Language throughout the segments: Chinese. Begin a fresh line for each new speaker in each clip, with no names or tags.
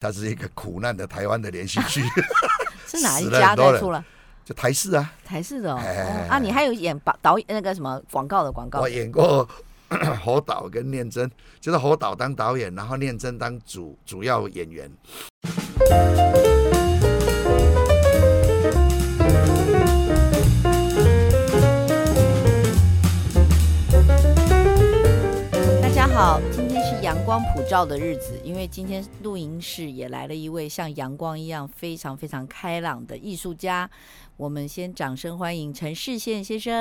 它是一个苦难的台湾的连续 剧，
是哪一
死了
家
很多
在
人
出了？
就台视啊，
台式的哦，
哎
哦啊，你还有演导导演那个什么广告的广告
我，演过 侯导跟念真，就是侯导当导演，然后念真当主主要演员。
大家好，今天是阳光普照的日子，因为今天录音室也来了一位像阳光一样非常非常开朗的艺术家。我们先掌声欢迎陈世宪先生。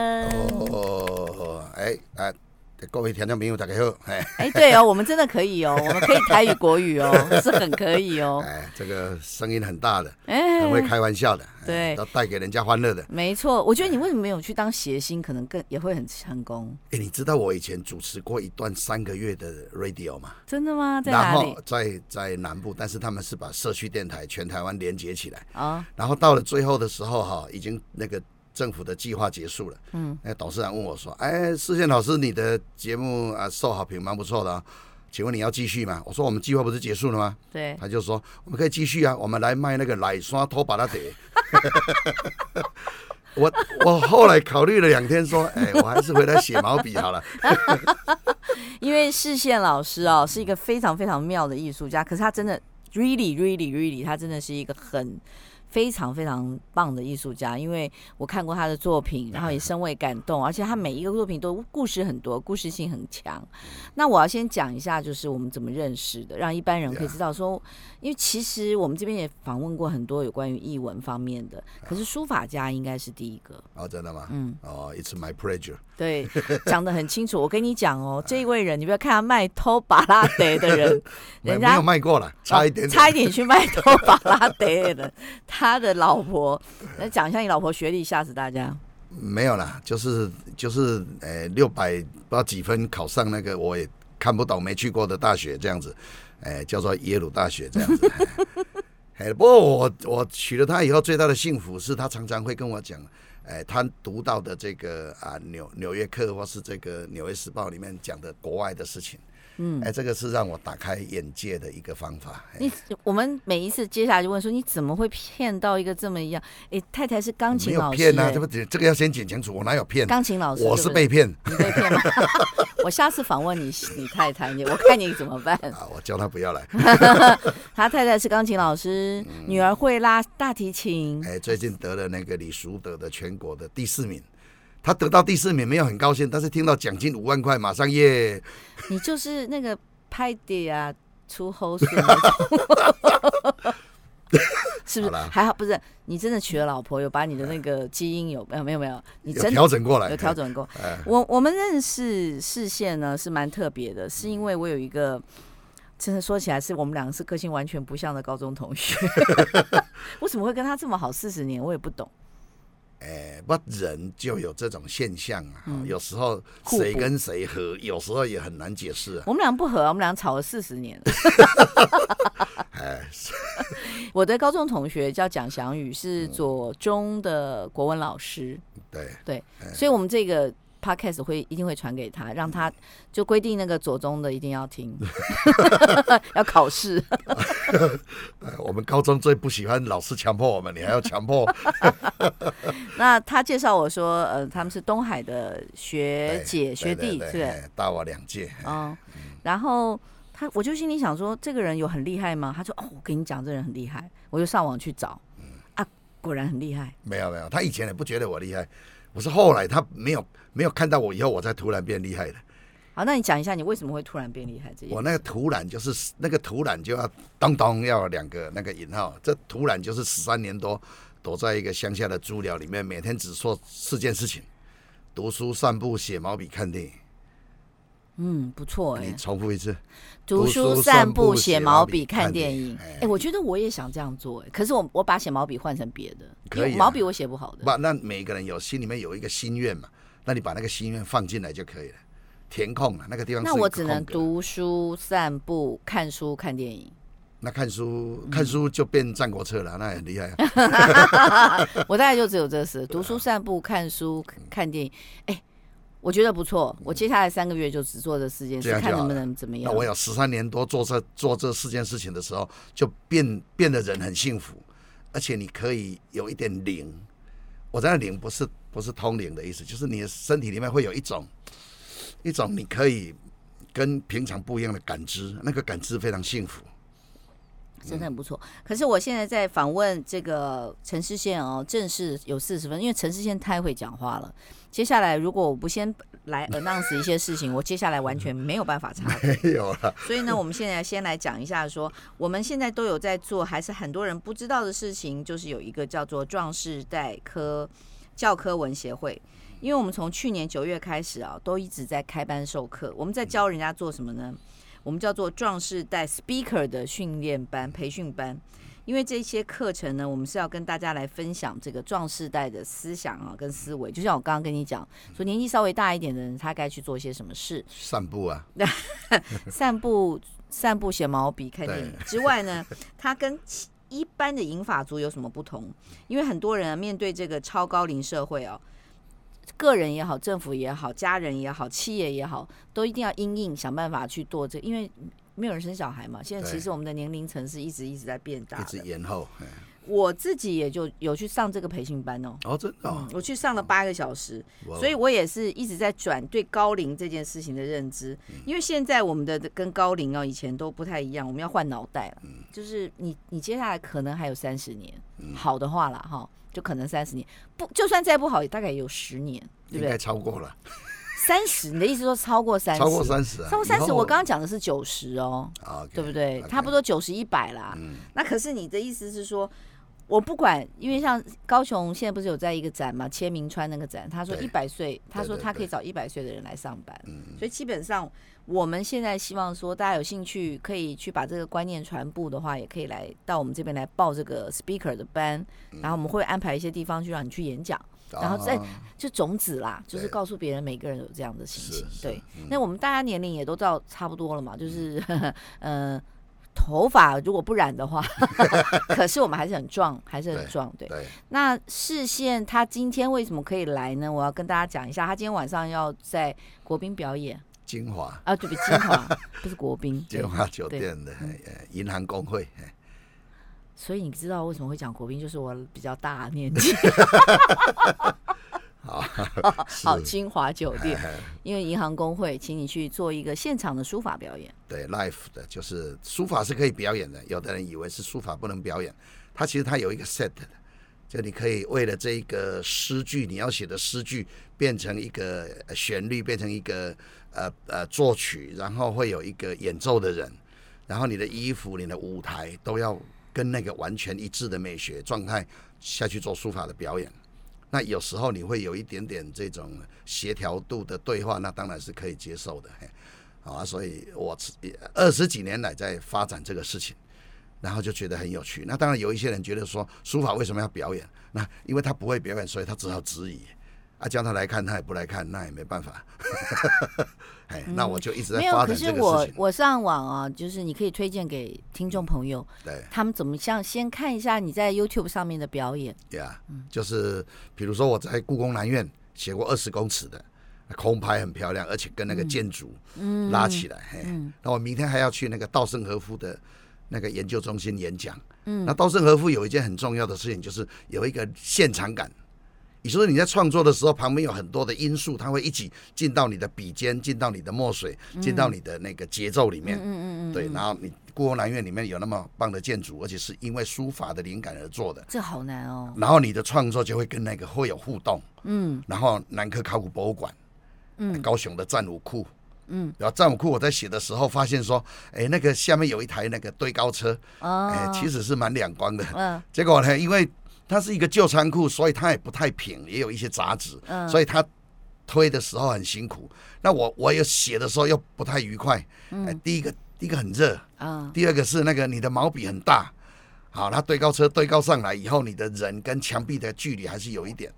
哦，哎啊，各位听众朋友大家好，哎
哎，对哦，我们真的可以哦，我们可以台语、国语哦，是很可以 哦。
哎，这个声音很大的，
哎
很，会开玩笑的，哎
对
要带给人家欢乐的。
没错，我觉得你为什么没有去当谐星，可能更也会很成功。
哎，你知道我以前主持过一段三个月的 radio 吗？
真的吗？在
然
哪里
后在在南部，但是他们是把社区电台全台湾连接起来。
啊？
然后到了最后的时候哈、已经那个政府的计划结束了。
嗯，
那董事长问我说：“哎，世宪老师，你的节目啊受好评，蛮不错的、啊，请问你要继续吗？”我说：“我们计划不是结束了吗
对？”，
他就说：“我们可以继续啊，我们来卖那个奶刷拖把拉得。”我我后来考虑了两天，说：“哎，我还是回来写毛笔好了。
因为视线老师哦，是一个非常非常妙的艺术家，可是他真的 really really really，他真的是一个很非常非常棒的艺术家。因为我看过他的作品，然后也深为感动，而且他每一个作品都故事很多，故事性很强。那我要先讲一下，就是我们怎么认识的，让一般人可以知道说，因为其实我们这边也访问过很多有关于译文方面的，可是书法家应该是第一个。”
哦，真的吗？
嗯，
哦，It's my pleasure。，
对，讲得很清楚。我跟你讲哦，这一位人，你不要看他卖偷巴拉德的人
没 没
人家
有卖过了，差一点点。
哦差一点去卖偷巴拉德的人， 他的老婆，来讲一下你老婆学历，吓死大家。
没有啦，就是就是呃六百不知道几分考上那个我也看不懂没去过的大学这样子，呃叫做耶鲁大学这样子。 哎，不过我我娶了她以后最大的幸福是她常常会跟我讲，哎，她读到的这个啊纽纽约客或是这个纽约时报里面讲的国外的事情，嗯，哎，这个是让我打开眼界的一个方法。哎
你我们每一次接下来就问说，你怎么会骗到一个这么一样？哎，太太是钢
没
琴
有
老师、
骗啊，
哎
这不这个要先讲清楚，我哪有骗？
钢琴老师，
我
对
是
不对
被骗
你被骗吗？ 我下次访问你，你太太，你我看你怎么办。
啊！我叫她不要来。
他太太是钢琴老师，
嗯
女儿会拉大提琴。
哎，最近得了那个李淑德的全国的第四名，他得到第四名没有很高兴，但是听到奖金五万块，马上耶！
你就是那个拍的啊，出齁水那种，是不
好
是
啦？
还好不是，你真的娶了老婆，有把你的那个基因有没有没有没有，你
有
真
调整过来，
有调整过。
哎。
我我们认识视线呢是蛮特别的，是因为我有一个。真的说起来，是我们两个是个性完全不像的高中同学。 为什么会跟他这么好四十年？我也不懂。
哎，不，人就有这种现象啊，
嗯
有时候
互
谁
补
跟谁合，有时候也很难解释啊。
我们俩不合，我们俩吵了四十年了。
哎，是
我的高中同学叫蒋祥宇，是左中的国文老师。
对，哎
所以我们这个 podcast 会一定会传给他，让他就规定那个左中的一定要 听， 要考试。
哎我们高中最不喜欢老师强迫我们，你还要强迫
那他介绍我说，呃，他们是东海的学
对
姐学
对
弟，
对
是不
对
是？
哎大我两届。
嗯，然后。他，我就心里想说，这个人有很厉害吗？他说，哦，我跟你讲，这人很厉害。我就上网去找，啊，果然很厉害。
没有没有，他以前也不觉得我厉害，我是后来他没有没有看到我以后，我才突然变厉害的。
好，那你讲一下，你为什么会突然变厉害？这件
我那个突然就是那个突然就要当当要两个那个引号，这突然就是十三年多躲在一个乡下的猪寮里面，每天只做四件事情：读书、散步、写毛笔、看电影。
嗯，不错哎、
你重复一次，
读
书
书、
散
散
步
步、
写
写
毛
毛
笔
笔、
看
看电
电影
影。
哎
哎、我觉得我也想这样做、哎，可是我我把写毛笔换成别的，
可
因为
以啊
毛笔我写不好的。
不，那每个人有心里面有一个心愿嘛，那你把那个心愿放进来就可以了，填空了那个地方。
那我只能。读书、散步、看书、看电影。
那看书，看书就变战国策了，那也很厉害、啊。 啊
我大概就只有这事：读书、散步、看书、看电影。哎、我觉得不错。
嗯
我接下来三个月就只做这四件
这
事，
样就
看能
好
不
了
能怎么
那
样。
我有十三年多做这做这四件事情的时候，就变变得人很幸福，而且你可以有一点灵。我在那灵不是不是通灵的意思，就是你的身体里面会有一种一种你可以跟平常不一样的感知，那个感知非常幸福。
真
嗯
的很不错。可是我现在在访问这个陈世宪哦，正式有四十分，因为陈世宪太会讲话了。接下来如果我不先来 announce 一些事情，我接下来完全没有办法插嘴。
没有了，
所以呢，我们现在先来讲一下说，我们现在都有在做，还是很多人不知道的事情，就是有一个叫做壮士代科教科文协会。因为我们从去年九月开始啊，都一直在开班授课。我们在教人家做什么呢？我们叫做壮士代 speaker 的训练班、培训班。因为这些课程呢，我们是要跟大家来分享这个壮士代的思想啊，跟思维。就像我刚刚跟你讲，说年纪稍微大一点的人，他该去做些什么事。
散步啊，
散步、散步、写毛笔、看电影之 外呢，它跟其一般的银发族有什么不同？因为很多人啊面对这个超高龄社会哦，个人也好，政府也好，家人也好，企业也好，都一定要因应想办法去做这因为没有人生小孩嘛。现在
对
其实我们的年龄层是一直一直在变大
一直
的。
延后。哎
我自己也就有去上这个培训班哦，
哦，真的、哦
嗯，我去上了八个小时。
哇哦
嗯所以我也是一直在转对高龄这件事情的认知，
嗯
因为现在我们的跟高龄啊以前都不太一样，我们要换脑袋了。
嗯
就是你你接下来可能还有三十年，好的话啦哈，就可能三十年，不就算再不好，也大概也有十年，
应
对不
该
对？
超过了，
三十，你的意思说超过三十？
超过三十啊，
超过三
以
十，
后
我刚刚讲的是九十哦，
啊，OK，
对不对？
OK
差不多九十一百啦。
嗯
那可是你的意思是说，我不管，因为像高雄现在不是有在一个展嘛，签名川那个展，他说
对
一百岁，他说
对
他可以
对
找一百岁的人来上班，
嗯，
所以基本上我们现在希望说，大家有兴趣可以去把这个观念传播的话，也可以来到我们这边来报这个 speaker 的班，
嗯
然后我们会安排一些地方去让你去演讲，然后再
啊
就种子啦，就是
对
告诉别人每个人有这样的情形，
是
对。
嗯
那我们大家年龄也都到差不多了嘛，就是、 呃，头发如果不染的话， 可是我们还是很壮，还是很
对
壮。对，
对
那视线他今天为什么可以来呢？我要跟大家讲一下，他今天晚上要在国宾表演
精华
啊，对不起，金 华不是国宾，对
金。华酒
对嗯
店的哎哎银行工会，哎
所以你知道为什么会讲国宾，就是我比较大 年纪，好，
是
金华酒店，
哎
因为银行工会请你去做一个现场的书法表演。
对 life 的，就是书法是可以表演的。有的人以为是书法不能表演，它其实它有一个 set 的，就你可以为了这一个诗句，你要写的诗句变成一个呃旋律，变成一个呃呃作曲，然后会有一个演奏的人，然后你的衣服、你的舞台都要跟那个完全一致的美学状态下去做书法的表演。那有时候你会有一点点这种协调度的对话，那当然是可以接受的。嘿好啊，所以我二十几年来在发展这个事情，然后就觉得很有趣。那当然有一些人觉得说书法为什么要表演？那因为他不会表演，所以他只好质疑。啊，叫他来看，他也不来看，那也没办法。哎，那我就一直在
没有，
发
可
展
是
这个
我
事情。
我上网啊，就是你可以推荐给听众朋友，
对
他们怎么像先看一下你在 YouTube 上面的表演，
呀就是比如说我在故宫南院写过二十公尺的空拍，很漂亮，而且跟那个建筑拉起来。嘿，那我明天还要去那个稻盛和夫的那个研究中心演讲。嗯，那稻盛和夫有一件很重要的事情，就是有一个现场感。也就是你在创作的时候，旁边有很多的因素，它会一起进到你的笔尖，进到你的墨水，进到你的那个节奏里面。嗯嗯嗯嗯。对，然后你故宫南院里面有那么棒的建筑，而且是因为书法的灵感而做的。
这好难哦。
然后你的创作就会跟那个会有互动，
嗯，
然后南科考古博物馆，
嗯，
高雄的战武库，
嗯，
然后战武库我在写的时候发现说，哎，那个下面有一台那个堆高车，哎、
哦，
其实是蛮两 光的，
嗯，
结果呢，因为它是一个旧仓库，所以它也不太平，也有一些杂质，
嗯
所以它推的时候很辛苦。那我我有写的时候又不太愉快，
嗯
哎，第一个第一个很热，
啊，
第二个是那个你的毛笔很大，好，那堆高车堆高上来以后，你的人跟墙壁的距离还是有一点，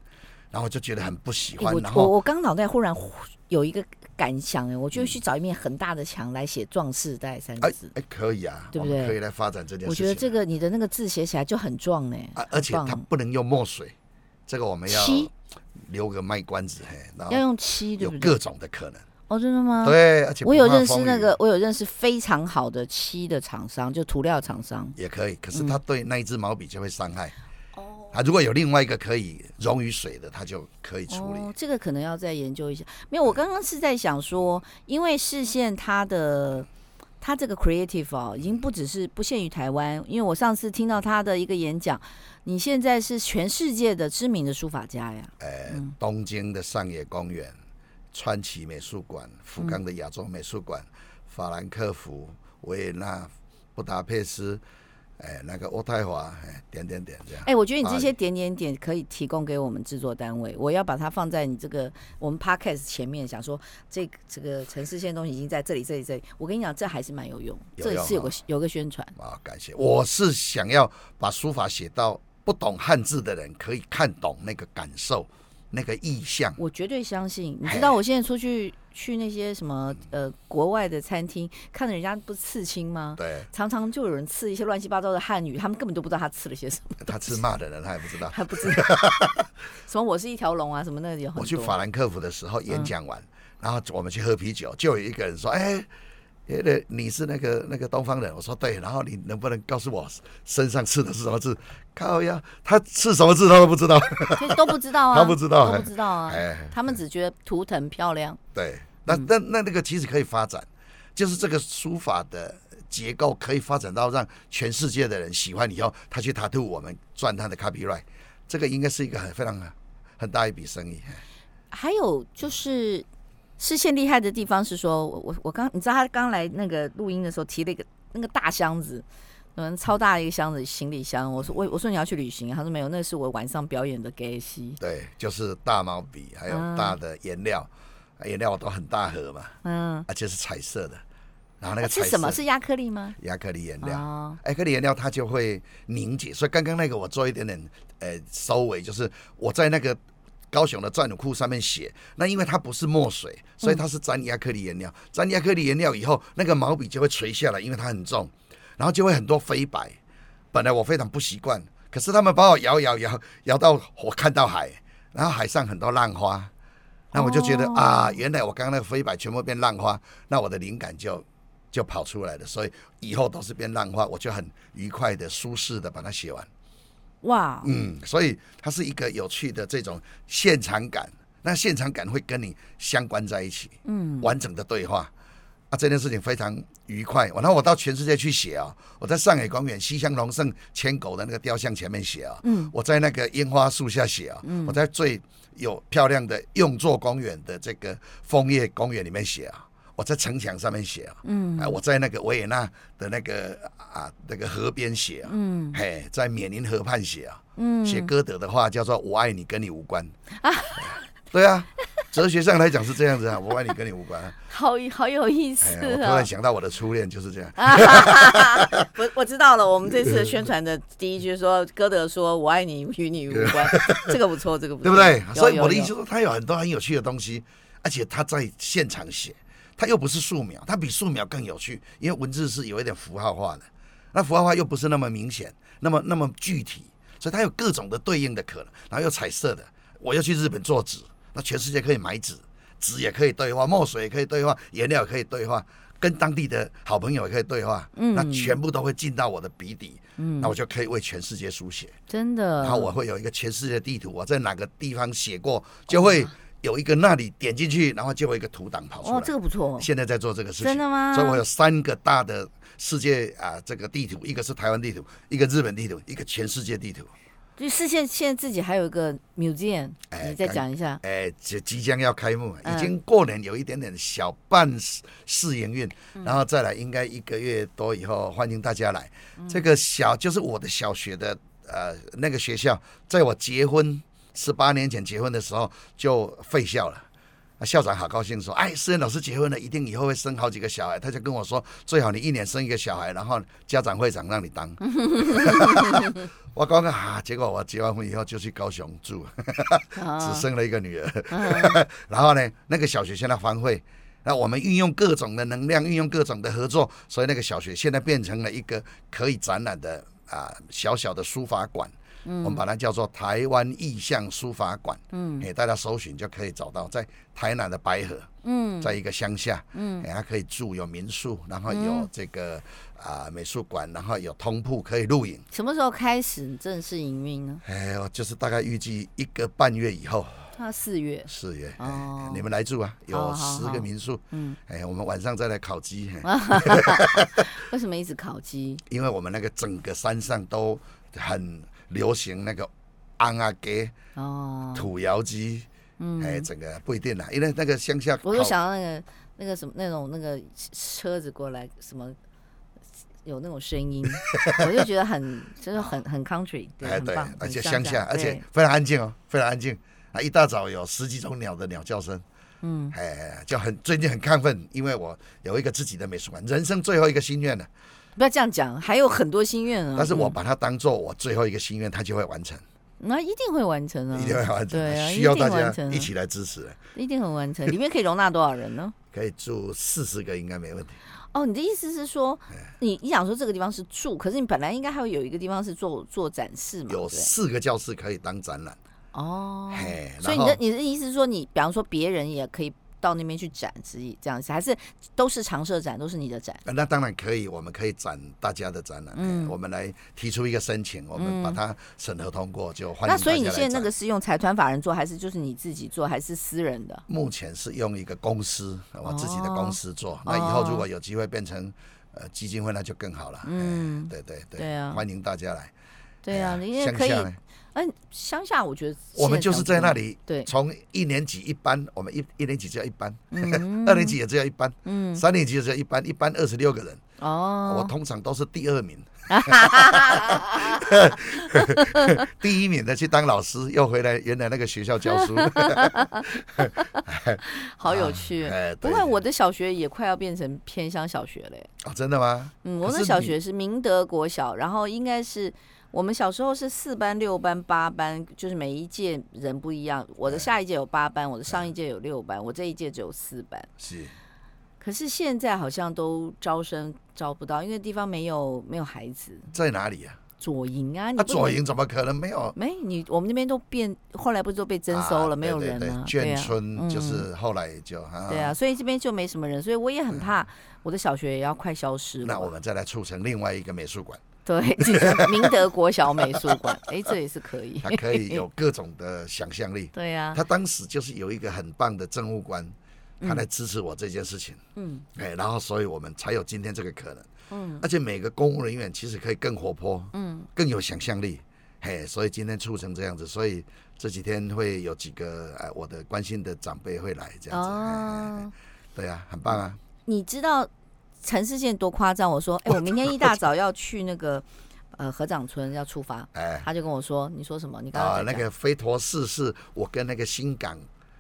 然后就觉得很不喜
诶
欢，
哎我
然
我
后
我刚脑袋忽然忽有一个感想哎，我就去找一面很大的墙来写“壮士代”三
嗯
个
哎
字，
哎可以啊，
对不
我们
对
可以来发展这件
我
事
觉
情。
得这个你的那个字写起来就很壮呢
啊，而且
很
它
棒
不能用墨水，这个我们要
漆
留个卖关子，嘿，然
要
后
用漆对
哦有
不对？
各种的可能。
哦，真的吗？，
对，而且
我
不
有
怕
认识
风
那
雨
个，我有认识非常好的漆的厂商，就涂料厂商。
也可以，可
嗯
是它对那一支毛笔就会伤害。哦，啊，如果有另外一个可以溶于水的，它就可以处理。
哦，这个可能要再研究一下。没有，我刚刚是在想说，因为视线它的它这个 creative 哦，已经不只是不限于台湾，因为我上次听到他的一个演讲，你现在是全世界的知名的书法家呀。
呃，东京的上野公园、川崎美术馆、福冈的亚洲美术馆、法兰克福、维也纳、布达佩斯，哎、那个渥太华，哎、点点点这样。
哎、我觉得你这
啊
些点点点可以提供给我们制作单位，我要把它放在你这个我们 podcast 前面，想说这个这个城市线东西已经在这里，这里，这里。我跟你讲，这还是蛮有用，
有
这也
用
是有
哈
个有个宣传。
啊，感谢。我是想要把书法写到不懂汉字的人可以看懂那个感受、那个意象。
我绝对相信，你
嘿
知道我现在出去去那些什么呃国外的餐厅，看着人家不刺青吗？
对
常常就有人刺一些乱七八糟的汉语，他们根本都不知道他刺了些什么，
他吃骂的人，他也不知道。
他不知 道什么我是一条龙啊，什么那里有很多。嗯
我去法兰克福的时候演讲完，然后我们去喝啤酒，就有一个人说：“哎、那个你是那个那个东方人。”我说：“对。”然后你能不能告诉我身上刺的是什么字？靠呀，他刺什么字他都不知道。
其实都不知道啊，
他不知道
都
哎
不知道啊
哎哎，
他们只觉得图腾漂亮。
对，那那那那个其实可以发展，就是这个书法的结构可以发展到让全世界的人喜欢以后，他去 tattoo 我们赚他的 copyright，这个应该是一个很非常很大一笔生意。
还有就是视线厉害的地方是说，我我我刚你知道他刚来那个录音的时候提了一个那个大箱子，嗯，超大一个箱子行李箱。我说我我说你要去旅行，啊他说没有，那是我晚上表演的 gay 戏。
对，就是大毛笔，还有大的颜料，啊颜料都很大盒嘛，
嗯，
而且是彩色的。然后那
啊
个
是
彩色
什么？是亚克力吗？
亚克力颜料，
啊，
哎，克力颜料它就会凝结，所以刚刚那个我做一点点呃收尾，就是我在那个高雄的战鲁库上面写，那因为它不是墨水，所以它是沾亚克力颜料，沾亚克力颜料以后，那个毛笔就会垂下来，因为它很重，然后就会很多飞白。本来我非常不习惯，可是他们把我摇摇摇摇到我看到海，然后海上很多浪花，那我就觉得、
哦
啊，原来我刚刚那个飞白全部变浪花，那我的灵感就就跑出来了，所以以后都是变浪花，我就很愉快的、舒适的把它写完。
哇，
嗯，所以它是一个有趣的这种现场感，那现场感会跟你相关在一起，嗯，完整的对话。啊，这件事情非常愉快。然后我到全世界去写啊、我在上海公园西乡隆盛牵狗的那个雕像前面写啊、嗯，我在那个樱花树下写啊、嗯，我在最有漂亮的用作公园的这个枫叶公园里面写啊、我在城墙上面写啊、嗯，啊，我在那个维也纳的那个啊那个河边写啊、嗯，嘿，在缅宁河畔写啊、
嗯，
写歌德的话叫做“我爱你，跟你无关”对啊，哲学上来讲是这样子啊，“我爱你，跟你无关啊
好好有意”思
哎呀，我突
啊
然！想到我的初恋就是这样。
我我知道了，我们这次的宣传的第一句说，歌德说“我爱你，与你无 关”，这个不错，这个不错，
对不对？
有
所以
有
我的意
有
思说，他有很多很有趣的东西，而且他在现场写，他又不是素描，他比素描更有趣，因为文字是有一点符号化的，那符号化又不是那么明显，那么那么具体，所以它有各种的对应的可能，然后又彩色的。我要去日本做纸，那全世界可以买纸，纸也可以对话，墨水也可以对话，颜料也可以对话。跟当地的好朋友也可以对话，嗯，那全部都会进到我的笔底，嗯，那我就可以为全世界书写。
真的，
然后我会有一个全世界地图，我在哪个地方写过，就会有一个那里点进去，然后就会有一个图档跑出来。
哦哦，这个不错，
现在在做这个事情，
真的吗
所以我有三个大的世界啊、这个地图，一个是台湾地图，一个日本地图，一个全世界地图。
就视线现在自己还有一个 museum，
哎
你再
刚
讲 一下。
哎，即即将要开幕，
嗯
已经过年有一点点小半试试营运，然后再来应该一个月多以后欢迎大家来。这个小就是我的小学的呃那个学校，在我结婚十八年前结婚的时候就废校了。啊校长好高兴说：“哎，思源老师结婚了，一定以后会生好几个小孩。”他就跟我说：“最好你一年生一个小孩，然后家长会长让你当。”我刚刚啊，结果我结完婚以后就去高雄住，
啊
只生了一个女儿。 然后呢，那个小学现在翻会，那我们运用各种的能量，运用各种的合作，所以那个小学现在变成了一个可以展览的啊、啊小小的书法馆，我们把它叫做台湾意象书法馆，嗯，哎，大家搜寻就可以找到，在台南的白河，嗯，在一个乡下，嗯，哎，它可以住有民宿，然后有这个啊、美术馆，然后有通铺可以露营，
什么时候开始正式营运呢？
哎，我就是大概预计一个半月以后，
它啊 四月
四月，哎
哦
你们来住啊，
好
有
好
十
好
个民宿，
嗯，
哎，我们晚上再来烤鸡，嘿
为什么一直烤鸡？
因为我们那个整个山上都很流行那个安阿给
哦，
土窑鸡，嗯，哎，整个不一定啦，因为那个乡下
我就
烤
想到那个那个什么那种那个车子过来什么。有那种 声音，我就觉得很，就是很很 country，对，
哎
很
对
棒，，
而且
很
乡下，而且
对
非常安静哦，非常安静啊！一大早有十几种鸟的鸟叫声，
嗯，
哎，就很最近很亢奋，因为我有一个自己的美术馆，人生最后一个心愿了，
不要这样讲，还有很多心愿啊。
但是我
嗯
把它当做我最后一个心愿，它就会完成，
那一定会完成啊，
一定会完
对啊，
成，需要大
一定完
家
成啊
一起来支持，
一定很完成。里面可以容纳多少人呢？
可以住四十个应该没问题。
哦，你的意思是说，
哎
你你想说这个地方是住，可是你本来应该还有有一个地方是做做展示嘛？对
有
不对啊
四个教室可以当展览，
哦，
嘿，
所以
然
你的
后
你的意思是说，你比方说别人也可以到那边去展示这样子，还是都是常设展，都是你的展？
呃那当然可以，我们可以展大家的展览，
嗯
嘿我们来提出一个申请，我们把它审核通过就欢迎
那
大家
所
来
以
展。
你现在那个是用财团法人做，还是就是你自己做，还是私人的？
目前是用一个公司，我自己的公司做，
哦
那以后如果有机会变成呃基金会，那就更好了。
嗯
嘿对对对，
对啊
欢迎大家来。
对啊，
哎
你
呀
也
乡
可以
下。呢
嗯，乡下我觉得
我们就是在那
里，
里，
对，
从一年级一班，我们一一年级只要一班，
嗯
二年级也只要一班，
嗯，
三年级也只要一班，一班二十六个人，
哦，
我通常都是第 二名。 第一名的去当老师，又回来原来那个学校教 书。
好有趣。
哎，
不
对
会，我的小学也快要变成偏乡小学嘞。
哦，真的吗？
嗯，我
可
的
是
小
你
学是明德国小，然后应该是我们小时候是四班、六班、八班，就是每一届人不一样。我的下一届有八班，我的上一届有六班，我这一届只有四班。
是
可是现在好像都招生招不到，因为地方没有没有孩子。
在哪里啊？
左营啊，你
那
不能
左营怎么可能没有？
没你，我们那边都变，后来不是都被征收了，
啊
没有
对
人
对
了、啊。
对眷
啊
村就
嗯
是后来就啊
对啊，。所以这边就没什么人，所以我也很怕我的小学也要快消失了
那
吧。
我们再来促成另外一个美术馆，
对，这是明德国小美术馆，哎，这也是可以。
它。可以有各种的想象力
对啊呀、
他当时就是有一个很棒的政务官，他来支持我这件事情。
嗯
哎，然后所以我们才有今天这个可能。
嗯
而且每个公务人员其实可以更活泼，
嗯，
更有想象力。嘿，所以今天促成这样子，所以这几天会有几个呃我的关心的长辈会来这样子。嘿嘿嘿
哦，
对啊，很棒啊！
你知道陈世健多夸张？我说，哎，我 明天一大早要去那个呃合掌村要出发，
哎
他就跟我说，你说什么？你刚
啊
刚，在
那
讲
个飞陀寺是我跟那个新港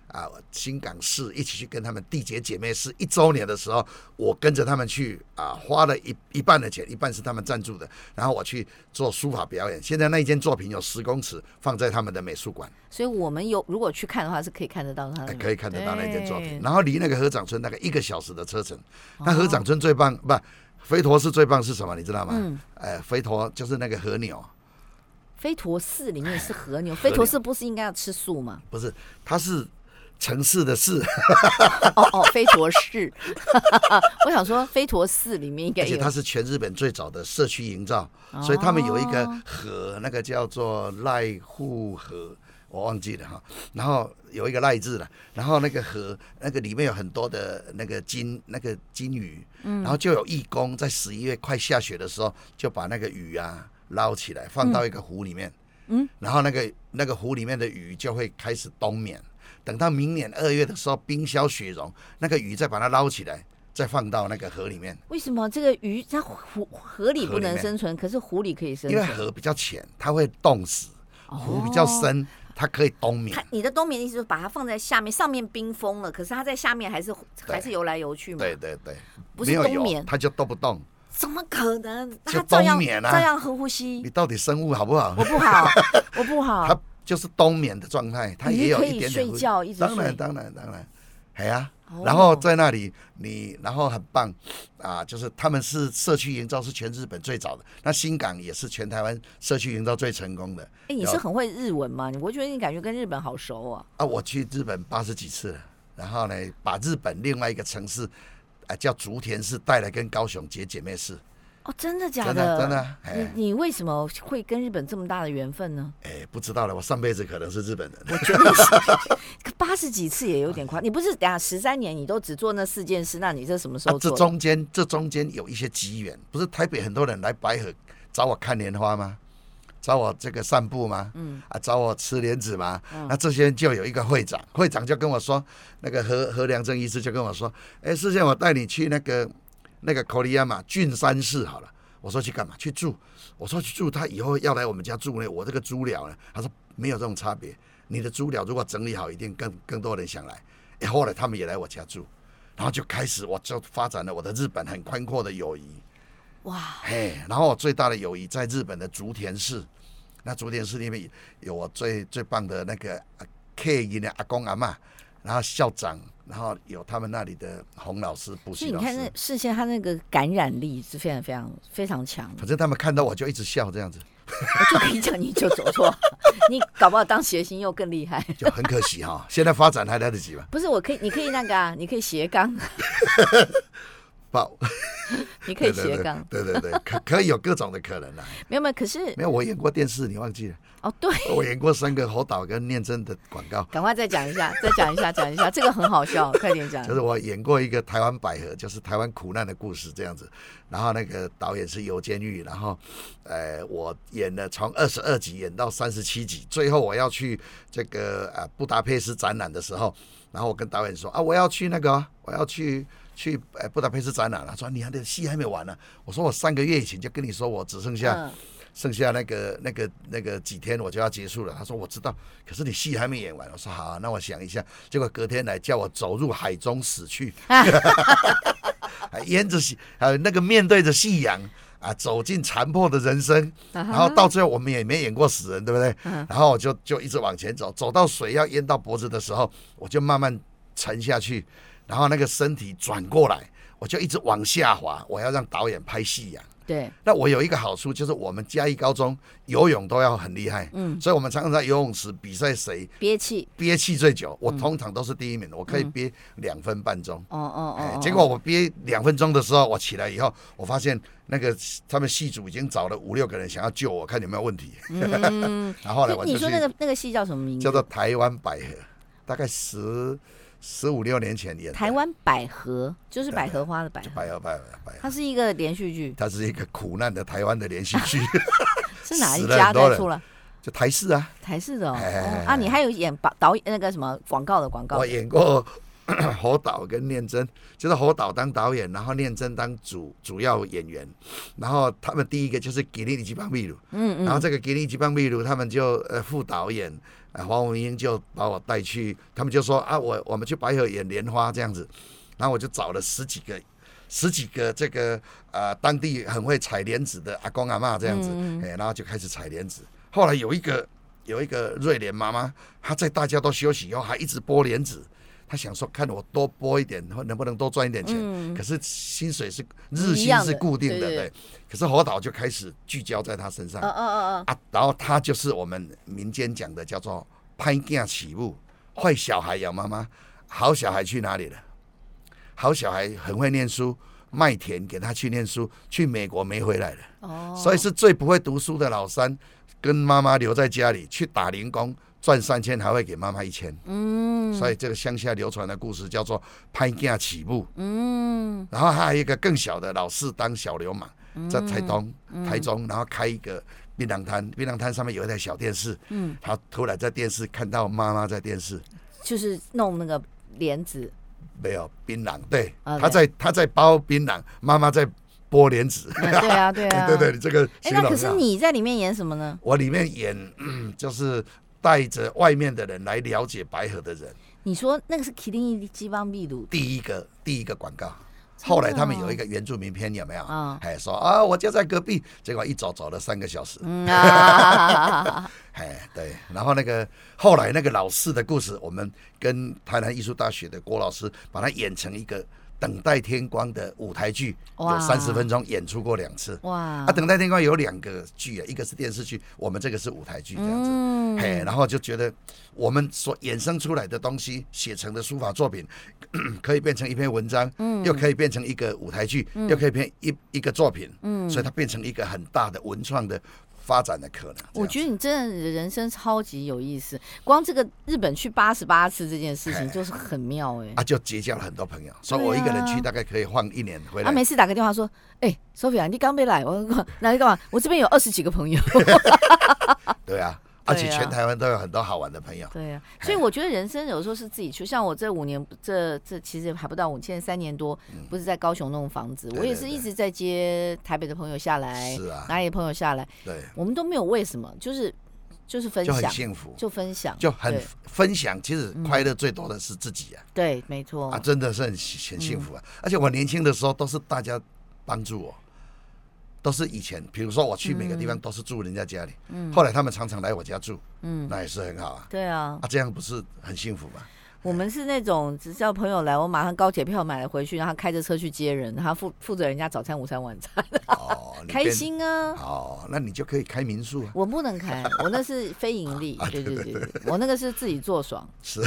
啊新港市一起去跟他们缔结姐妹市一周年的时候，我跟着他们去啊，花了一一半的钱，一半是他们赞助的，然后我去做书法表演。现在那一件作品有十公尺，放在他们的美术馆。
所以我们有如果去看的话，是可以看得到他
哎
的，
可以看得到那件作品
嗯对。哦
然后离那个合掌村大概一个小时的车程。那合掌村最棒，不，飞陀寺最棒是什么？你知道吗？
嗯
哎，飞陀就是那个和牛，
飞陀寺里面是和 牛，飞陀寺不是应该要吃素吗？
不是，它是城市的市，
哦哦，飞陀寺， 我想说飞陀寺里面应该
而且
有
它是全日本最早的社区营造，所以他们有一个
哦
河，那个叫做濑户河。我忘记了哈，然后有一个赖字了，然后那个河那个里面有很多的那个金那个金鱼，
嗯
然后就有义工在十一月快下雪的时候，就把那个鱼啊捞起来，放到一个湖里面，
嗯，
然后那个那个湖里面的鱼就会开始冬眠，等到明年二月的时候冰消雪融，那个鱼再把它捞起来，再放到那个河里面。
为什么这个鱼在湖河里不能生存，可是哦湖里可以生
因为
存？
河比较浅，它会冻死；湖比较深，它可以冬眠
它。你的冬眠的意思就是把它放在下面，上面冰封了，可是它在下面还是还是游来游去嘛？
对，对对，
不
没
是
有
冬眠
油，它就冻不动。
怎么可能？那它
就
照样
冬眠啊
照样喝呼
你
吸。
到底生物好不好
我？不 好，我不好
它。就是冬眠的状态，它
你
也有
可以
一点点
睡
呼
觉一直
当
睡
然，当然，当然，哎呀，然后
哦
在那里你然后很棒啊，就是他们是社区营造是全日本最早的，那新港也是全台湾社区营造最成功的
哎、你
有
是很会日文吗？你我觉得你感觉跟日本好熟哦、
啊。我去日本八十几次了，然后呢，把日本另外一个城市啊叫竹田市带来跟高雄结姐妹市，
哦，真的假
真的真的，哎、
你你为什么会跟日本这么大的缘分呢？
哎、不知道了，我上辈子可能是日本人。
八十几次也有点夸。你不是等下十三年你都只做那四件事，那你这什么时
啊
候，
这
做的？
中间这中间有一些机缘，不是台北很多人来白河找我看莲花吗？找我这个散步吗？嗯，啊，找我吃莲子吗？
嗯
那这些人就有一个会长，会长就跟我说，那个何何良正医师就跟我说，哎，事先我带你去那个那个科利亚嘛郡山市好了。我说去干嘛？去住。我说去住，他以后要来我们家住呢。我这个猪寮呢，他说没有这种差别。你的猪寮如果整理好，一定更更多人想来。哎，后来他们也来我家住。然后就开始我就发展了我的日本很宽阔的友谊，
哇，
嘿，然后我最大的友谊在日本的竹田市，那竹田市里面有我最最棒的那个啊 K 营的阿公阿嬷，然后校长，然后有他们那里的洪老师、补
所
习
以你
老
看那
师，
事先他那个感染力是非常非常非常强的。
反正他们看到我就一直笑这样子，
我就 跟你讲，你就 走错了，你搞不好当谐星又更厉害。
就很可惜哈、 现在发展还来得及吧？
不是，我可以，你可以那个啊，你可以斜杠，
不，
你 可
对对
以斜
对
杠，，
对对对，可可以有各种的可能啦、啊
没有没有。可是
没有，我演过电视，你忘记了？
哦，对，
我演过三个侯导跟念真的广告。
赶快再讲一下，再讲一下，讲一下，这个很 好笑，快点讲
就。是我演过一个台湾百合，就是台湾苦难的故事这样子。然后那个导演是游监狱，然后，呃，我演了从二十二集演到三十七集，最后我要去这个呃布达佩斯展览的时候，然后我跟导演说啊，我要去那个，我要去去呃布达佩斯展览了。他说你还的戏还没完呢、我说我三个月以前就跟你说我只剩下、
嗯
剩下那个那个那个几天我就要结束了。他说我知道，可是你戏还没演完。我说好啊、那我想一下。结果隔天来叫我走入海中死去， 还沿着夕，还有那个面对着夕阳啊，走进残破的人生。然后到最后我们也没演过死人，对不对？然后我就就一直往前走，走到水要淹到脖子的时候，我就慢慢沉下去，然后那个身体转过来，我就一直往下滑，我要让导演拍夕阳。
对，
那我有一个好处，就是我们嘉义高中游泳都要很厉害，嗯，所以我们常常在游泳池比赛谁
憋气，
憋气最久。我通常都是第一名，我可以憋两分半钟。
哦嗯哦
哎
哦，
结果我憋两分钟的时候，我起来以后，我发现那个他们系主已经找了五六个人想要救我，看有没有问题。 然后后来
就
我
你
就
说
去
嗯那个那个戏叫什么名字？
叫做台湾百合，大概十十五六年前演的
台湾百合，就是百合花的百合，
百合百合百合，
它是一个连续剧，
它是一个苦难的台湾的连续剧，
是哪一
死了
家
很多
在
人
出了？
就台视啊。
台式的哦
哎哎
哦
哎
啊，你还有演导导演那个什么广告的广告
我，演过 侯导跟念真，就是侯导当导演，然后念真当主主要演员。然后他们第一个就是吉利吉邦秘鲁，
嗯
然后这个吉利吉邦秘鲁他们就呃副导演，呃黄文英就把我带去，他们就说啊我我们去白河演莲花这样子，然后我就找了十几个。十几个这个呃当地很会采莲子的阿公阿嬷这样子，哎、
嗯
然后就开始采莲子。后来有一个有一个瑞莲妈妈，她在大家都休息以后还一直剥莲子，她想说看我多剥一点，能不能多赚一点钱。可是薪水是日
嗯一
薪
样的
是固定的，
对对对
可是侯导就开始聚焦在她身上、
嗯嗯嗯嗯，
啊，然后她就是我们民间讲的叫做“拍囝起舞”，坏小孩养妈妈，好小孩去哪里了？好小孩很会念书，麦田给他去念书，去美国没回来了。
哦，
所以是最不会读书的老三，跟妈妈留在家里去打零工，赚三千还会给妈妈一千。嗯，所以这个乡下流传的故事叫做“拍架起步”。
嗯，
然后还有一个更小的老四当小流氓，在台东、
嗯
台中，然后开一个槟榔摊，槟榔摊上面有一台小电视，嗯，他突然在电视看到妈妈在电视，
就是弄那个 帘子，
没有槟榔，对，
啊
他在他在包槟榔，妈妈在剥莲子，
嗯对啊对 啊，
对对，你这个
哎，
形
那
容
可
很
是
好
你在里面演什么呢？
我里面演、嗯、就是带着外面的人来了解白河的人，
你说那个是《麒麟一击帮秘鲁》，
第一个第一个广告，
真的
后来他们
哦
有一个原住民篇有没有？
嗯
哎，说啊，我家在隔壁，结果一走走了三个小时。
嗯啊，
哎，对，然后那个后来那个老四的故事，我们跟台南艺术大学的郭老师把它演成一个《等待天光》的舞台剧，
哇
有三十分钟演出过两次。
哇
啊，《等待天光》有两个剧啊，一个是电视剧，我们这个是舞台剧这样子。
嗯
嘿，然后就觉得我们所衍生出来的东西，写成的书法作品， 可以变成一篇文章，嗯，又可以变成一个舞台剧，
嗯
又可以变一一个作品，嗯，所以它变成一个很大的文创的发展的可能。
我觉
得
得你真的人生超级有意思，光这个日本去八十八次这件事情
哎
就是很妙哎、
啊，就结交了很多朋友，所以
对
我一个人
啊
去大概可以晃一年回来。
啊，每次打个电话说，哎、s o p h i a 你刚没来，我来干嘛？我这边有二十几个朋友。
对啊，而且
对啊
全台湾都有很多好玩的朋友。
对啊，所以我觉得人生有时候是自己去，像我这五年，这这其实还不到五，现在三年多，不是在高雄弄房子，
嗯对
我也
对
是
对
一直在接台北的朋友下来，
是啊
哪里的朋友下来，
对，
我们都没有为什么，就是就是分
就很
享，
幸福，
就分享，
就很
对嗯
分享。其实快乐最多的是自己啊，
对，没错，
啊，真的是很幸很幸福
嗯
啊！而且我年轻的时候都是大家帮助我，都是以前，比如说我去每个地方都是住人家家里，后来他们常常来我家住，
嗯，
那也是很好啊，
对啊，
啊，这样不是很幸福 吗？
我们是那种只叫朋友来，我马上高铁票买了回去，然后开着车去接人，然后负负责人家早餐、午餐、晚餐，
哦，你
开
变
心啊！
哦，那你就可以开民宿啊，
我不能开，我那是非盈 利，对对对，对我那个是自己做爽，
是，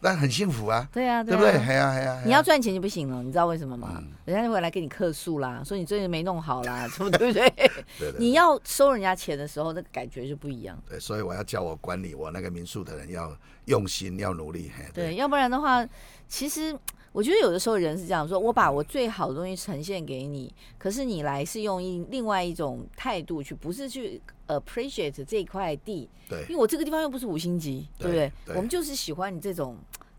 那很幸福啊，
对啊，
对
啊
不对？哎呀哎呀，
你要赚钱就不行了，你知道为什么吗？人家就会来跟你客诉啦，说你最近没弄好啦， 什么对不对？
对对
你要收人家钱的时候，那个感觉就不一样。
对，所以我要叫我管理我那个民宿的人要用心，要努力，嘿，
对，要不然的话，其实我觉得有的时候人是这样说：我把我最好的东西呈现给你，可是你来是用一另外一种态度去，不是去 appreciate 这块地，
对
因为我这个地方又不是五星级，对不
对
对？
对
我们就是喜欢你这种。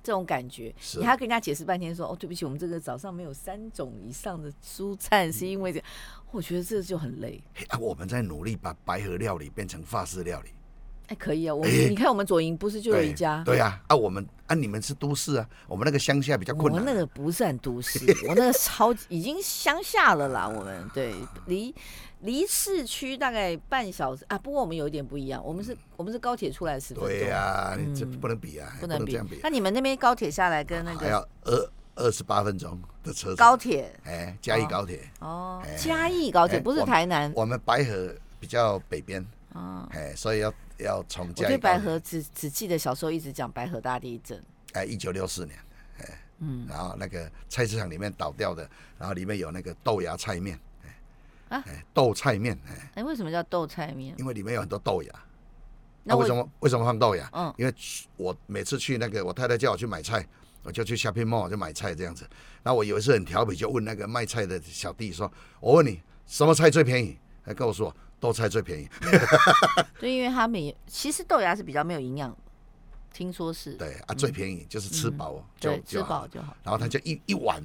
这种感觉，
是
你还要跟人家解释半天说哦，对不起，我们这个早上没有三种以上的蔬菜，是因为这，我觉得这就很累。
嘿啊，我们在努力把白河料理变成法式料理。
哎，可以啊，我们、你看我们左营不是就有
对
一家，
对呀、啊，我们啊，你们是都市啊，我们那个乡下比较困
我
难。
那个不是很 都市，我那个超级已经乡下了啦。我们对离离市区大概半小时啊，不过我们有一点不一样，我们是我们是高铁出来十分钟，
嗯对呀、你这不能比啊，
嗯不
不
能
能
比
这样比。啊
那你们那边高铁下来跟那
还
个
要二二十八分钟的车程。
高铁
哎，嘉义高铁，
哦，
哎
嘉义高铁
哎
不是
我们
台南
我们白河比较北边，
啊。
哎，所以要要从
我
嘉义高
对
铁
白河只只记得小时候一直讲白河大地震，
哎，一九六四年，哎，嗯，然后那个菜市场里面倒掉的，然后里面有那个豆芽菜面，哎
啊，
哎豆菜面，哎，
哎，为什么叫豆菜面？
因为里面有很多豆芽。
那
那啊为什
我
么为什么放豆芽？
嗯
因为去我每次去那个我太太叫我去买菜，我就去 shopping mall 就买菜这样子。然后我有一次很调皮，就问那个卖菜的小弟说：“我问你什么菜最便宜？”他跟我说豆菜最便宜。
对，因为它没，其实豆芽是比较没有营养，听说是，
对啊，最便宜就是吃饱就
嗯对，吃
就好
饱
了。
就好。
然后他就一一碗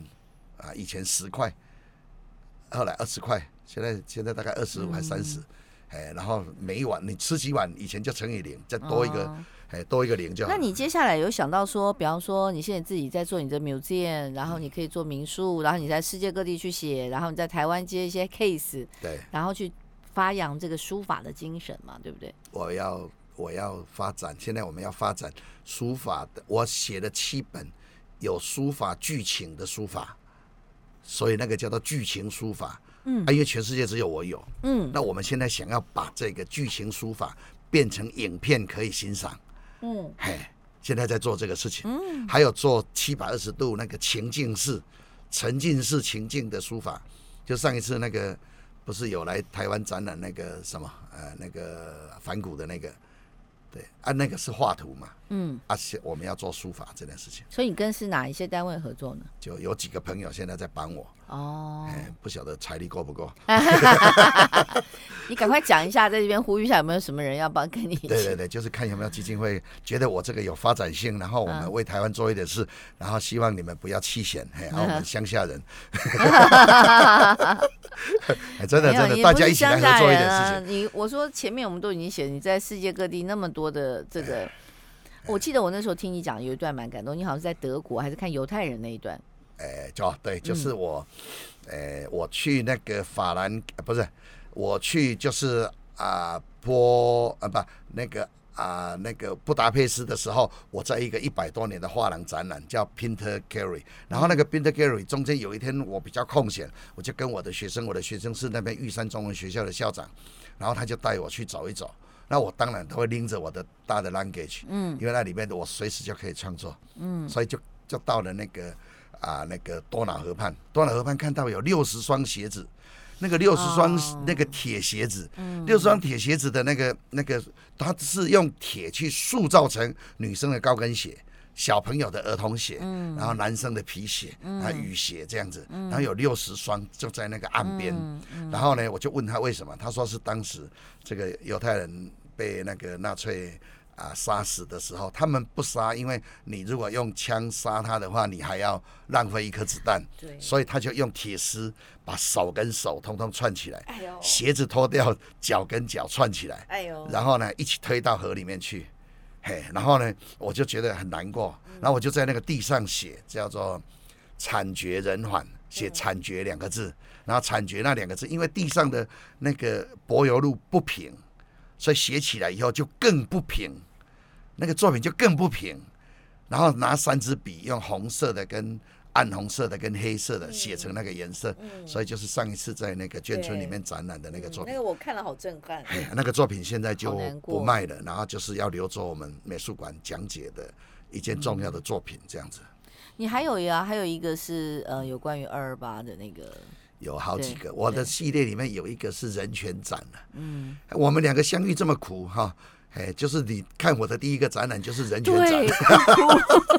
啊，以前十块，后来二十块，现在现在大概二十五还三
嗯
十。哎，然后每一碗你吃几碗，以前就乘以零，再多一个，
哦
哎，多一个零就好。
那你接下来有想到说，比方说你现在自己在做你的 museum，然后你可以做民宿，然后你在世界各地去写，然后你在台湾接一些 case，
对。
然后去发扬这个书法的精神嘛，对不对？
我要我要发展，现在我们要发展书法的，我写了七本有书法剧情的书法，所以那个叫做剧情书法。嗯、啊，因为全世界只有我有。
嗯，
那我们现在想要把这个剧情书法变成影片可以欣赏，
嗯，
嘿，现在在做这个事情。嗯，还有做七百二十度那个情境式、沉浸式情境的书法，就上一次那个不是有来台湾展览那个什么呃那个反骨的那个，对啊，那个是画图嘛，嗯，啊，现我们要做书法这件事情，
所以你跟是哪一些单位合作呢？
就有几个朋友现在在帮我，
哦，
哎、不晓得财力够不够，
你赶快讲一下，在这边呼吁一下，有没有什么人要帮跟你一 起？
对对对，就是看有没有基金会觉得我这个有发展性，然后我们为台湾做一点事，然后希望你们不要弃险，嘿，然后我们乡下人， 哎真的
没有
真的，
也
大
不
家
是
一起来
乡下
合作一点
人
事
啊
情，
你我说前面我们都已经写，你在世界各地那么多的这个， 我记得我那时候听你讲有一段蛮感动，你好像是在德国还是看犹太人那一段，
哎，就对，就是我，哎，我去那个法兰，呃不是，我去就是啊波啊不那个啊那个布达佩斯的时候，我在一个一百多年的画廊展览叫 Pinter Gallery，然后那个 Pinter Gallery 中间有一天我比较空闲，我就跟我的学生，我的学生是那边玉山中文学校的校长，然后他就带我去走一走。那我当然都会拎着我的大的 language，嗯，因为那里面的我随时就可以创作，嗯，所以就就到了那个啊那个多瑙河畔，多瑙河畔看到有六十双鞋子，那个六十双
哦
那个铁鞋子，六十双铁鞋子的那个那个，它是用铁去塑造成女生的高跟鞋。小朋友的儿童鞋，然后男生的皮鞋，啊、雨鞋这样子，然后有六十双就在那个岸边，然后呢，我就问他为什么，他说是当时这个犹太人被那个纳粹啊杀死的时候，他们不杀，因为你如果用枪杀他的话，你还要浪费一颗子弹，
对
所以他就用铁丝把手跟手通通串起来，
哎呦
鞋子脱掉，脚跟脚串起来，
哎呦
然后呢一起推到河里面去。嘿，然后呢，我就觉得很难过，然后我就在那个地上写，叫做“惨绝人寰”，写“惨绝”两个字，然后“惨绝”那两个字，因为地上的那个柏油路不平，所以写起来以后就更不平，那个作品就更不平。然后拿三支笔，用红色的跟暗红色的跟黑色的写成那个颜色，所以就是上一次在那个眷村里面展览的那个作品。
那个我看了好震撼。
哎呀那个作品现在就
好难过
不卖了，然后就是要留作我们美术馆讲解的一件重要的作品，这样子
你还有呀，还有一个是呃，有关于二二八的 那个，
有好几
对
个。我的系列里面有一个是人权展了、嗯，我们两个相遇这么苦哈，哎，就是你看我的第一个展览就是人权展，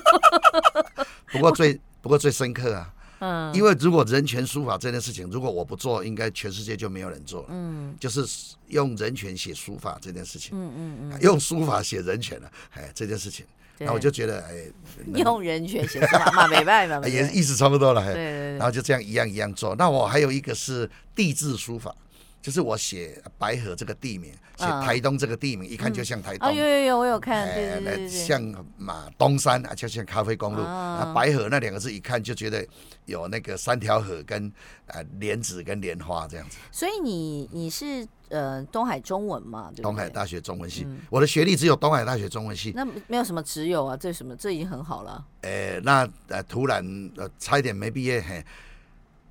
不过最不过最深刻啊，
嗯，
因为如果人权书法这件事情，如果我不做，应该全世界就没有人做了。
嗯，
就是用人权写书法这件事情，
嗯嗯嗯，
用书法写人权了、哎，这件事情，
对
那我就觉得，哎，能
用人权写书法嘛，没办法，
啊 也
对
意思差不多了。嘿
对对
然后就这样一样一样做。那我还有一个是地质书法，就是我写白河这个地名，写
嗯
台东这个地名，一看就像台
对，哦，有
东。哎
有有，我有看，对对
那
对对对，
像马东山啊，就像咖啡公路
啊
啊，白河那两个字一看就觉得有那个三条河跟呃莲子跟莲花这样子。
所以你你是呃东海中文嘛，对不对？嗯
东海大学中文系，我的学历只有东海大学中文系。
那没有什么只有啊，这什么这已经很 好了，
呃，那呃，突然呃，差一点没毕业，嘿，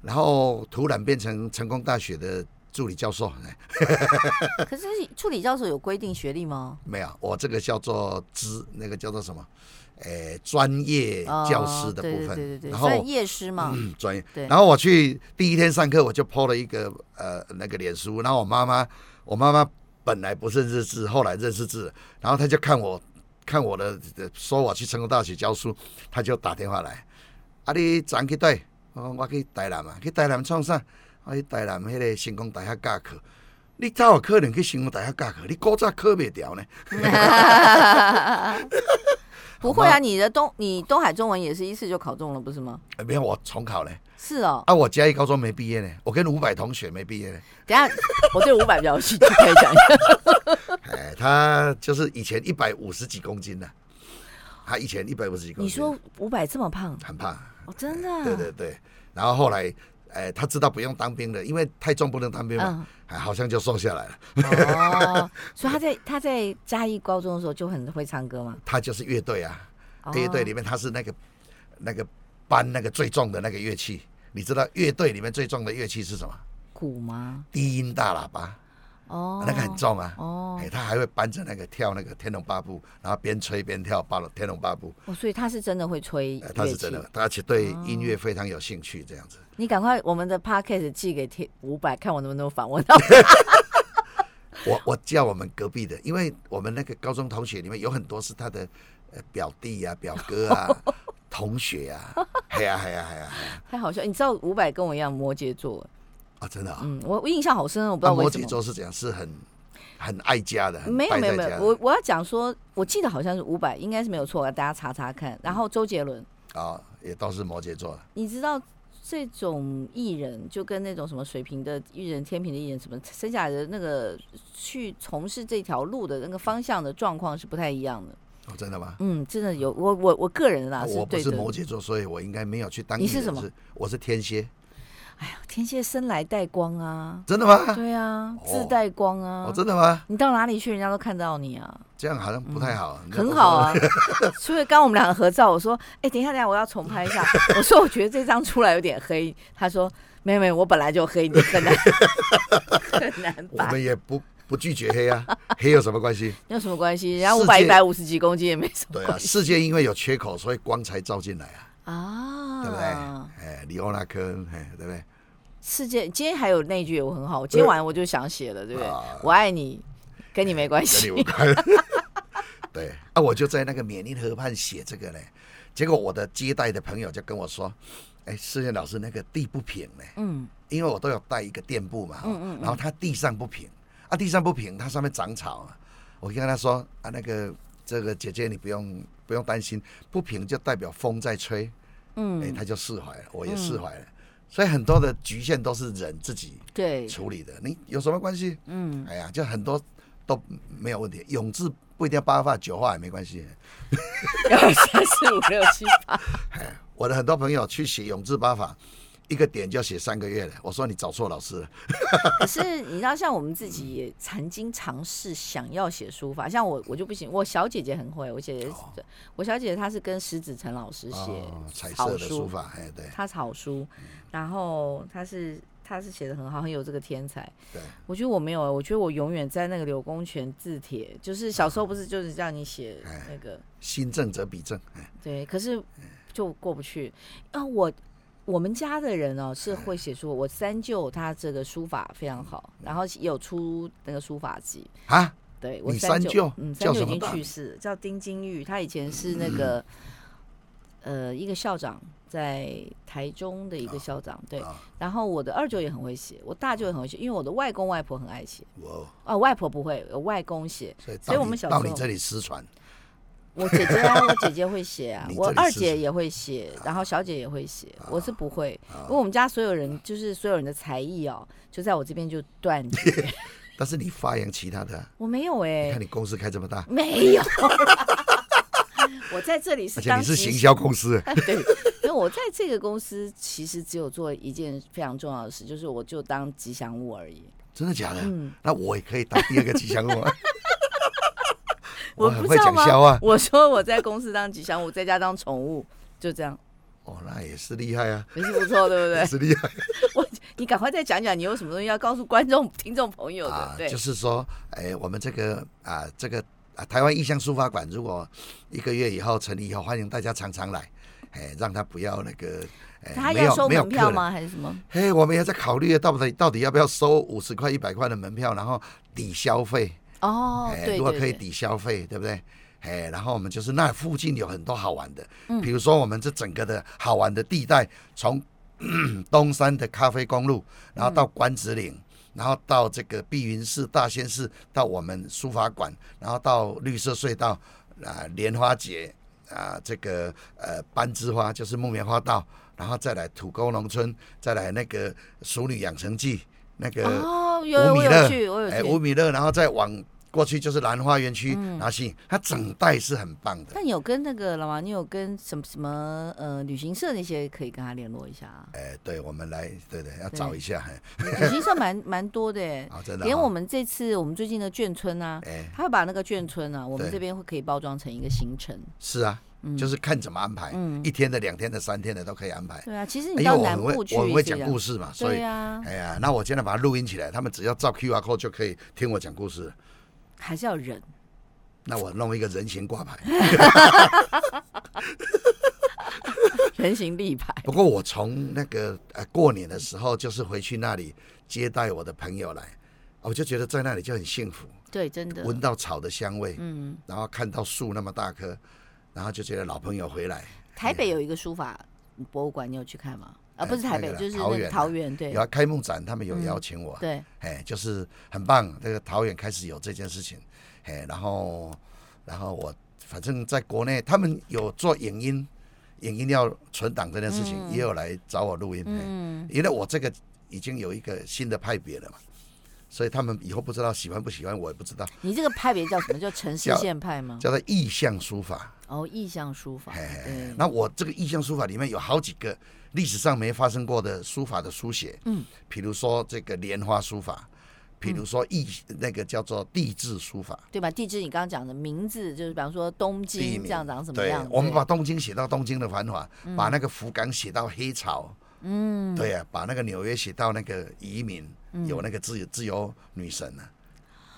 然后突然变成成功大学的助理教授，哎嘿
可是助理教授有规定学历吗？
没有，我这个叫做资，那个叫做什么？诶、专业教师的
哦
部分。
对对对对对，
然
所以
后
夜师嘛，
嗯专业。
对
然后我去第一天上课，我就 PO 了一个呃那个脸书，然后我妈妈，我妈妈本来不认识字，后来认识字了，然后她就看我看我的说我去成功大学教书，她就打电话来，啊你昨去对，我讲我去台南啊，去台南创啥？我去台南迄个成功大学教课。你怎有可能去成功大学教课？你古早考袂掉呢？
不会啊，你的东你东海中文也是一次就考中了，不是吗？
呃没有，我重考呢。
是哦，
啊，我嘉义高中没毕业呢，我跟五百同学没毕 业呢。
等一下我对五百比较有兴趣，可以讲一下。
哎，他就是以前一百五十几公斤呢、他以前一百五十几公斤，
你说五百这么胖，
很胖，
哦，真的、啊？
对对对。然后后来，哎，他知道不用当兵了，因为太重不能当兵
嗯
嘛，哎，好像就瘦下来了。
哦，所以他在他在嘉义高中的时候就很会唱歌嘛。
他就是乐队啊，
哦
乐队里面他是那个那个班那个最重的那个乐器，你知道乐队里面最重的乐器是什么？
鼓吗？
低音大喇叭，
哦，
那个很重啊。
哦
哎、他还会搬着那个跳那个《天龙八部》，然后边吹边跳《八龙天龙八部》
哦，所以他是真的会吹乐哦
呃
器。
他是真的，而且对音乐非常有兴趣，这样子。
你赶快我们的 p o d c a s t 寄给天五百，看我能不能访 问到。
我我叫我们隔壁的，因为我们那个高中同学里面有很多是他的呃表弟啊、表哥啊、 同学啊，嘿呀嘿呀嘿呀嘿呀
太好笑！你知道五百跟我一样摩羯座，
啊，真的啊。
嗯，我我印象好深，我不
那
知道为
摩
什
羯
么。
座是怎样？是很很爱家的，很
没有
待
没有
在
没
家
有，
的
我我要讲说，我记得好像是五百，应该是没有错，大家查查看。然后周杰伦，
啊，也都是摩羯座的。
你知道这种艺人就跟那种什么水平的艺人、天平的艺人，什么生下来的那个去从事这条路的那个方向的状况是不太一样的。
哦真的吗？哦
嗯，真的有我我我个人啦，
啊我不
啊对
是
的。
摩羯座，所以我应该没有去当艺
你
人。
是什么
我是天蝎，
哎呀，天蝎生来带光啊，
真的吗？
对啊，
哦
自带光啊。
哦，真的吗？
你到哪里去，人家都看到你啊，
这样好像不太好。人家
很
都
好
说。
啊。所以刚刚我们两个合照，我说：“哎、等一下，等一下，我要重拍一下。”我说：“我觉得这张出来有点黑。”他说：“没有没有，我本来就黑，你很难 很难
我
摆，
们也不不拒绝黑 啊，黑有什么关系？
有什么关系？人家五
世
百一
界
百五十几公斤也没什么
对啊，
关系
世界因为有缺口，所以光才照进来啊，
啊
对不对？哎，里欧纳科，哎，对不对？
世界今天还有那句也很好，我今天晚上我就想写了，对不对
啊？
我爱你，跟你没关
跟你
系。
无关。 对啊，我就在那个缅因河畔写这个呢，结果我的接待的朋友就跟我说：“哎，世贤老师，那个地不平呢，
嗯，
因为我都有带一个垫布嘛，
嗯
嗯然后它地上不平，啊，地上不平，它上面长草嘛。我跟他说啊，那个这个姐姐你不用不用担心，不平就代表风在吹，
嗯
哎、他就释怀了，我也释怀了。所以很多的局限都是人自己
对，
处理的，你有什么关系？
嗯，
哎呀，就很多都没有问题，永字不一定要八画九画也没关系。
一二三四五六七八，
我的很多朋友去写永字八法，一个点就要写三个月了。我说你找错老师了，
可是你知道，像我们自己也曾经尝试想要写书法，像我我就不行，我小姐姐很会，我姐姐是、我小姐姐她是跟石子成老师
哦，
写
彩
草
色的
书
书，法，哎，对
她草书，然后她是她是写的很好，很有这个天才。
对，
我觉得我没有、欸我觉得我永远在那个柳公权字帖，就是小时候不是就是让你写
哎
那个
心正则比正，哎，
对，可是就过不去啊我。我们家的人哦是会写书，我三舅他这个书法非常好，然后有出那个书法集，
啊，
对我
你
三
三舅
嗯，三
叫
舅已
什么
经
大
去
名
世，叫丁金玉，他以前是那个、呃一个校长，在台中的一个校长，对。
啊
然后我的二舅也很会写，我大舅也很会写，因为我的外公外婆很爱写，
哇哦，
啊，外婆不会，我外公写，
所以到
所以我
你
们小时
到你
候
这里失传，，
我姐姐啊，我姐姐会写啊
你这
我
里
二
是
姐
什
也会写，然后小姐也会写，我是不会，
啊
因为我们家所有人就是所有人的才艺哦，就在我这边就断绝，
但是你发扬其他的啊、
我没有哎、
你看你公司开这么大，
没有， 我在这里是
而且
当
你是
吉
行销公司，
对，因为我在这个公司其实只有做一件非常重要的事，就是我就当吉祥物而已。
真的假的？
嗯
那我也可以当第二个吉祥 物啊。很
不
会
知道
讲
吗？
笑话
我说我在公司当吉祥物，在家当宠物，就这样，
哦，那也是厉害啊，
也是不错，对不
也
对？
是厉害
我，你赶快再讲讲你有什么东西要告诉观众、听众朋友的，
啊！
对，
就是说，哎，我们这个啊，这个啊，台湾意向书法馆，如果一个月以后成立以后，欢迎大家常常来，哎，让他不要那个，哎，
他
没
要
有
收
没有
门票
客人
吗？还是什么？
嘿，我们也在考虑到底到底要不要收五十块、一百块的门票，然后抵消费。
哦，
哎，
对
如果
对
可以
对，
抵消费，对不对？哎，然后我们就是那附近有很多好玩的，
嗯
比如说我们这整个的好玩的地带，从 东山的咖啡公路，然后到
嗯
关子岭，然后到这个碧云寺、大仙寺，到我们书法馆，然后到绿色隧道啊、莲花节啊、这个呃班枝花就是木棉花道，然后再来土沟农村，再来那个熟女养成记那个。
哦，有
五
有我
米
有
勒，
去，我有
哎，五
去。
米勒，然后再往过去就是兰花园区，
嗯
然后西，它整带是很棒的。
那你有跟那个了吗？你有跟什么什么呃旅行社那些可以跟他联络一下啊？
哎，对，我们来，对对，要找一下，哎
旅行社蛮蛮多的 耶，
啊，真的哦，
连我们这次我们最近的眷村啊，
哎，
他会把那个眷村啊，我们
对
这边会可以包装成一个行程。
是啊，就是看怎么安排，
嗯
一天的、两天的、三天的都可以安排。
对啊，其实
哎因
你
为
到
我
南
很会
部去，
我很会讲
这样
故事嘛，所
对
以。
啊，
哎呀，那我今天把它录音起来，他们只要照 QR code 就可以听我讲故事了。
还是要人。
那我弄一个人形挂牌，
人形立牌，
不过我从那个呃过年的时候，就是回去那里接待我的朋友来，我就觉得在那里就很幸福。
对，真的，
闻到草的香味，
嗯，
然后看到树那么大棵，然后就觉得老朋友回来。
台北有一个书法嗯博物馆，你有去看吗？啊，
嗯哎
不是台北，
那个啦
就是
桃
那
园啊
个桃园，对嗯
有啊开幕展，他们有邀请我，
对，
哎，就是很棒。这个桃园开始有这件事情，哎，然后，然后我反正在国内，他们有做影音，影音要存档这件事情，也有来找我录音，哎
嗯，
因为我这个已经有一个新的派别了嘛，所以他们以后不知道喜欢不喜欢，我也不知道，
你这个派别叫什么？叫城市
叫
线派吗？
叫做意象书法。
哦，意象书法。
嘿嘿
对
嘿，，那我这个意象书法里面有好几个历史上没发生过的书法的书写，
嗯，
比如说这个莲花书法，比如说意、那个叫做地质书法，
对吧？地址你刚刚讲的名字，就是比方说东
地
京
名
这样长什么
对
样？，
我们
对嗯
把东京写到东京的繁华，把那个福冈写到黑潮，嗯，对呀、把那个纽约写到那个移民，有那个自由自由女神呢、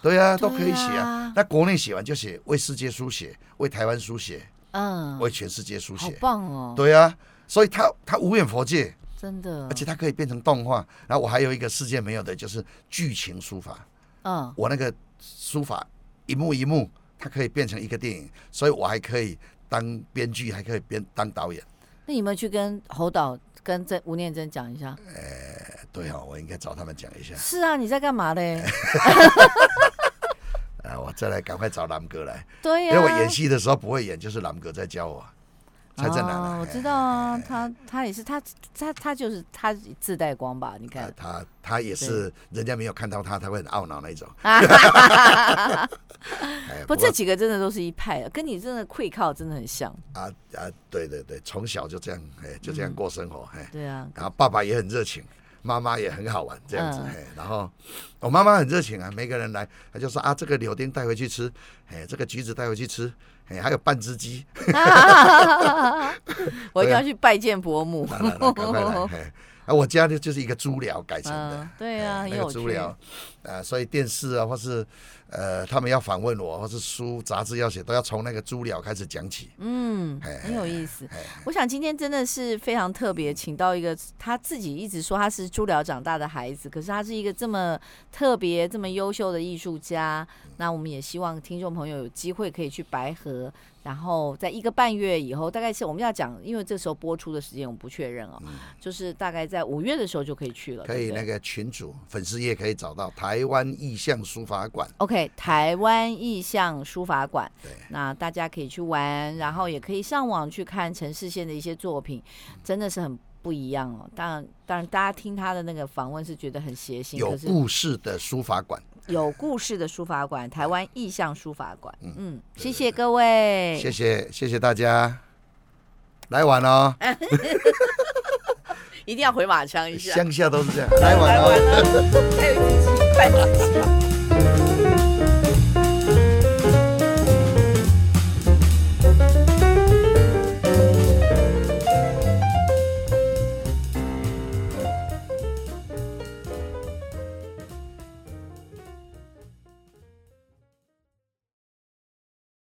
对呀、都可以写
嗯对
啊
啊。
那国内写完就写为世界书写，为台湾书写，
嗯，
为全世界书
好
写，
棒哦，
对呀、所以它它无远佛界，
真的
而，且它可以变成动画。然后我还有一个世界没有的，就是剧情书法。
嗯，
我那个书法一幕一幕，它可以变成一个电影，所以我还可以当编剧，还可以编当导演。
那你有没有去跟侯导、跟这吴念真讲一下？
哎对哦，我应该找他们讲一下。
是啊，你在干嘛 嘞？
啊，我再来赶快找南哥来，
对
因
啊呀，
为我演戏的时候不会演，就是南哥在教我，蔡正南
啊，
啊
我知道啊，他他也是他他他就是他自带光吧？你
哎
看，
他他也是，人家没有看到他，他会很懊恼那一种。 哎
不，这几个真的都是一派的，跟你真的会靠真的很像。
啊啊，对对对，从小就这样，哎，就这样过生活，哎，
对 啊，
然后爸爸也很热情，妈妈也很好玩，这样子。
嗯
嘿然后我妈妈很热情啊，每个人来，她就说啊，这个柳丁带回去吃，哎，这个橘子带回去吃，哎，还有半只鸡，
我一定要去拜见伯母。
来 来来，赶快来。嘿啊，我家呢就是一个猪寮改成的
嗯，，对啊，
哎
很
那
有
个
趣
猪。寮，啊，所以电视啊，或是呃，他们要访问我，或是书、杂志要写，都要从那个猪寮开始讲起。
嗯，
哎
很有意思
哎。
我想今天真的是非常特别，请到一个他自己一直说他是朱寮长大的孩子，可是他是一个这么特别、这么优秀的艺术家。
嗯
那我们也希望听众朋友有机会可以去白河，然后在一个半月以后，大概是我们要讲，因为这时候播出的时间我们不确认哦，就是大概在五月的时候就可以去了，
嗯可以
对不对
那个群主粉丝页可以找到台湾意象书法馆，
OK，台湾意象书法馆
对，
那大家可以去玩，然后也可以上网去看陈世宪的一些作品，真的是很不一样哦。当然，当然，大家听他的那个访问是觉得很邪性，
有
可是
故事的书法馆。
有故事的书法馆，台湾意象书法馆。嗯，
对
谢谢各位，
谢谢谢谢大家，来晚哦，
一定要回马枪一下，
啊乡下都是这样，来晚
来
哦
玩。了，还有一集半集。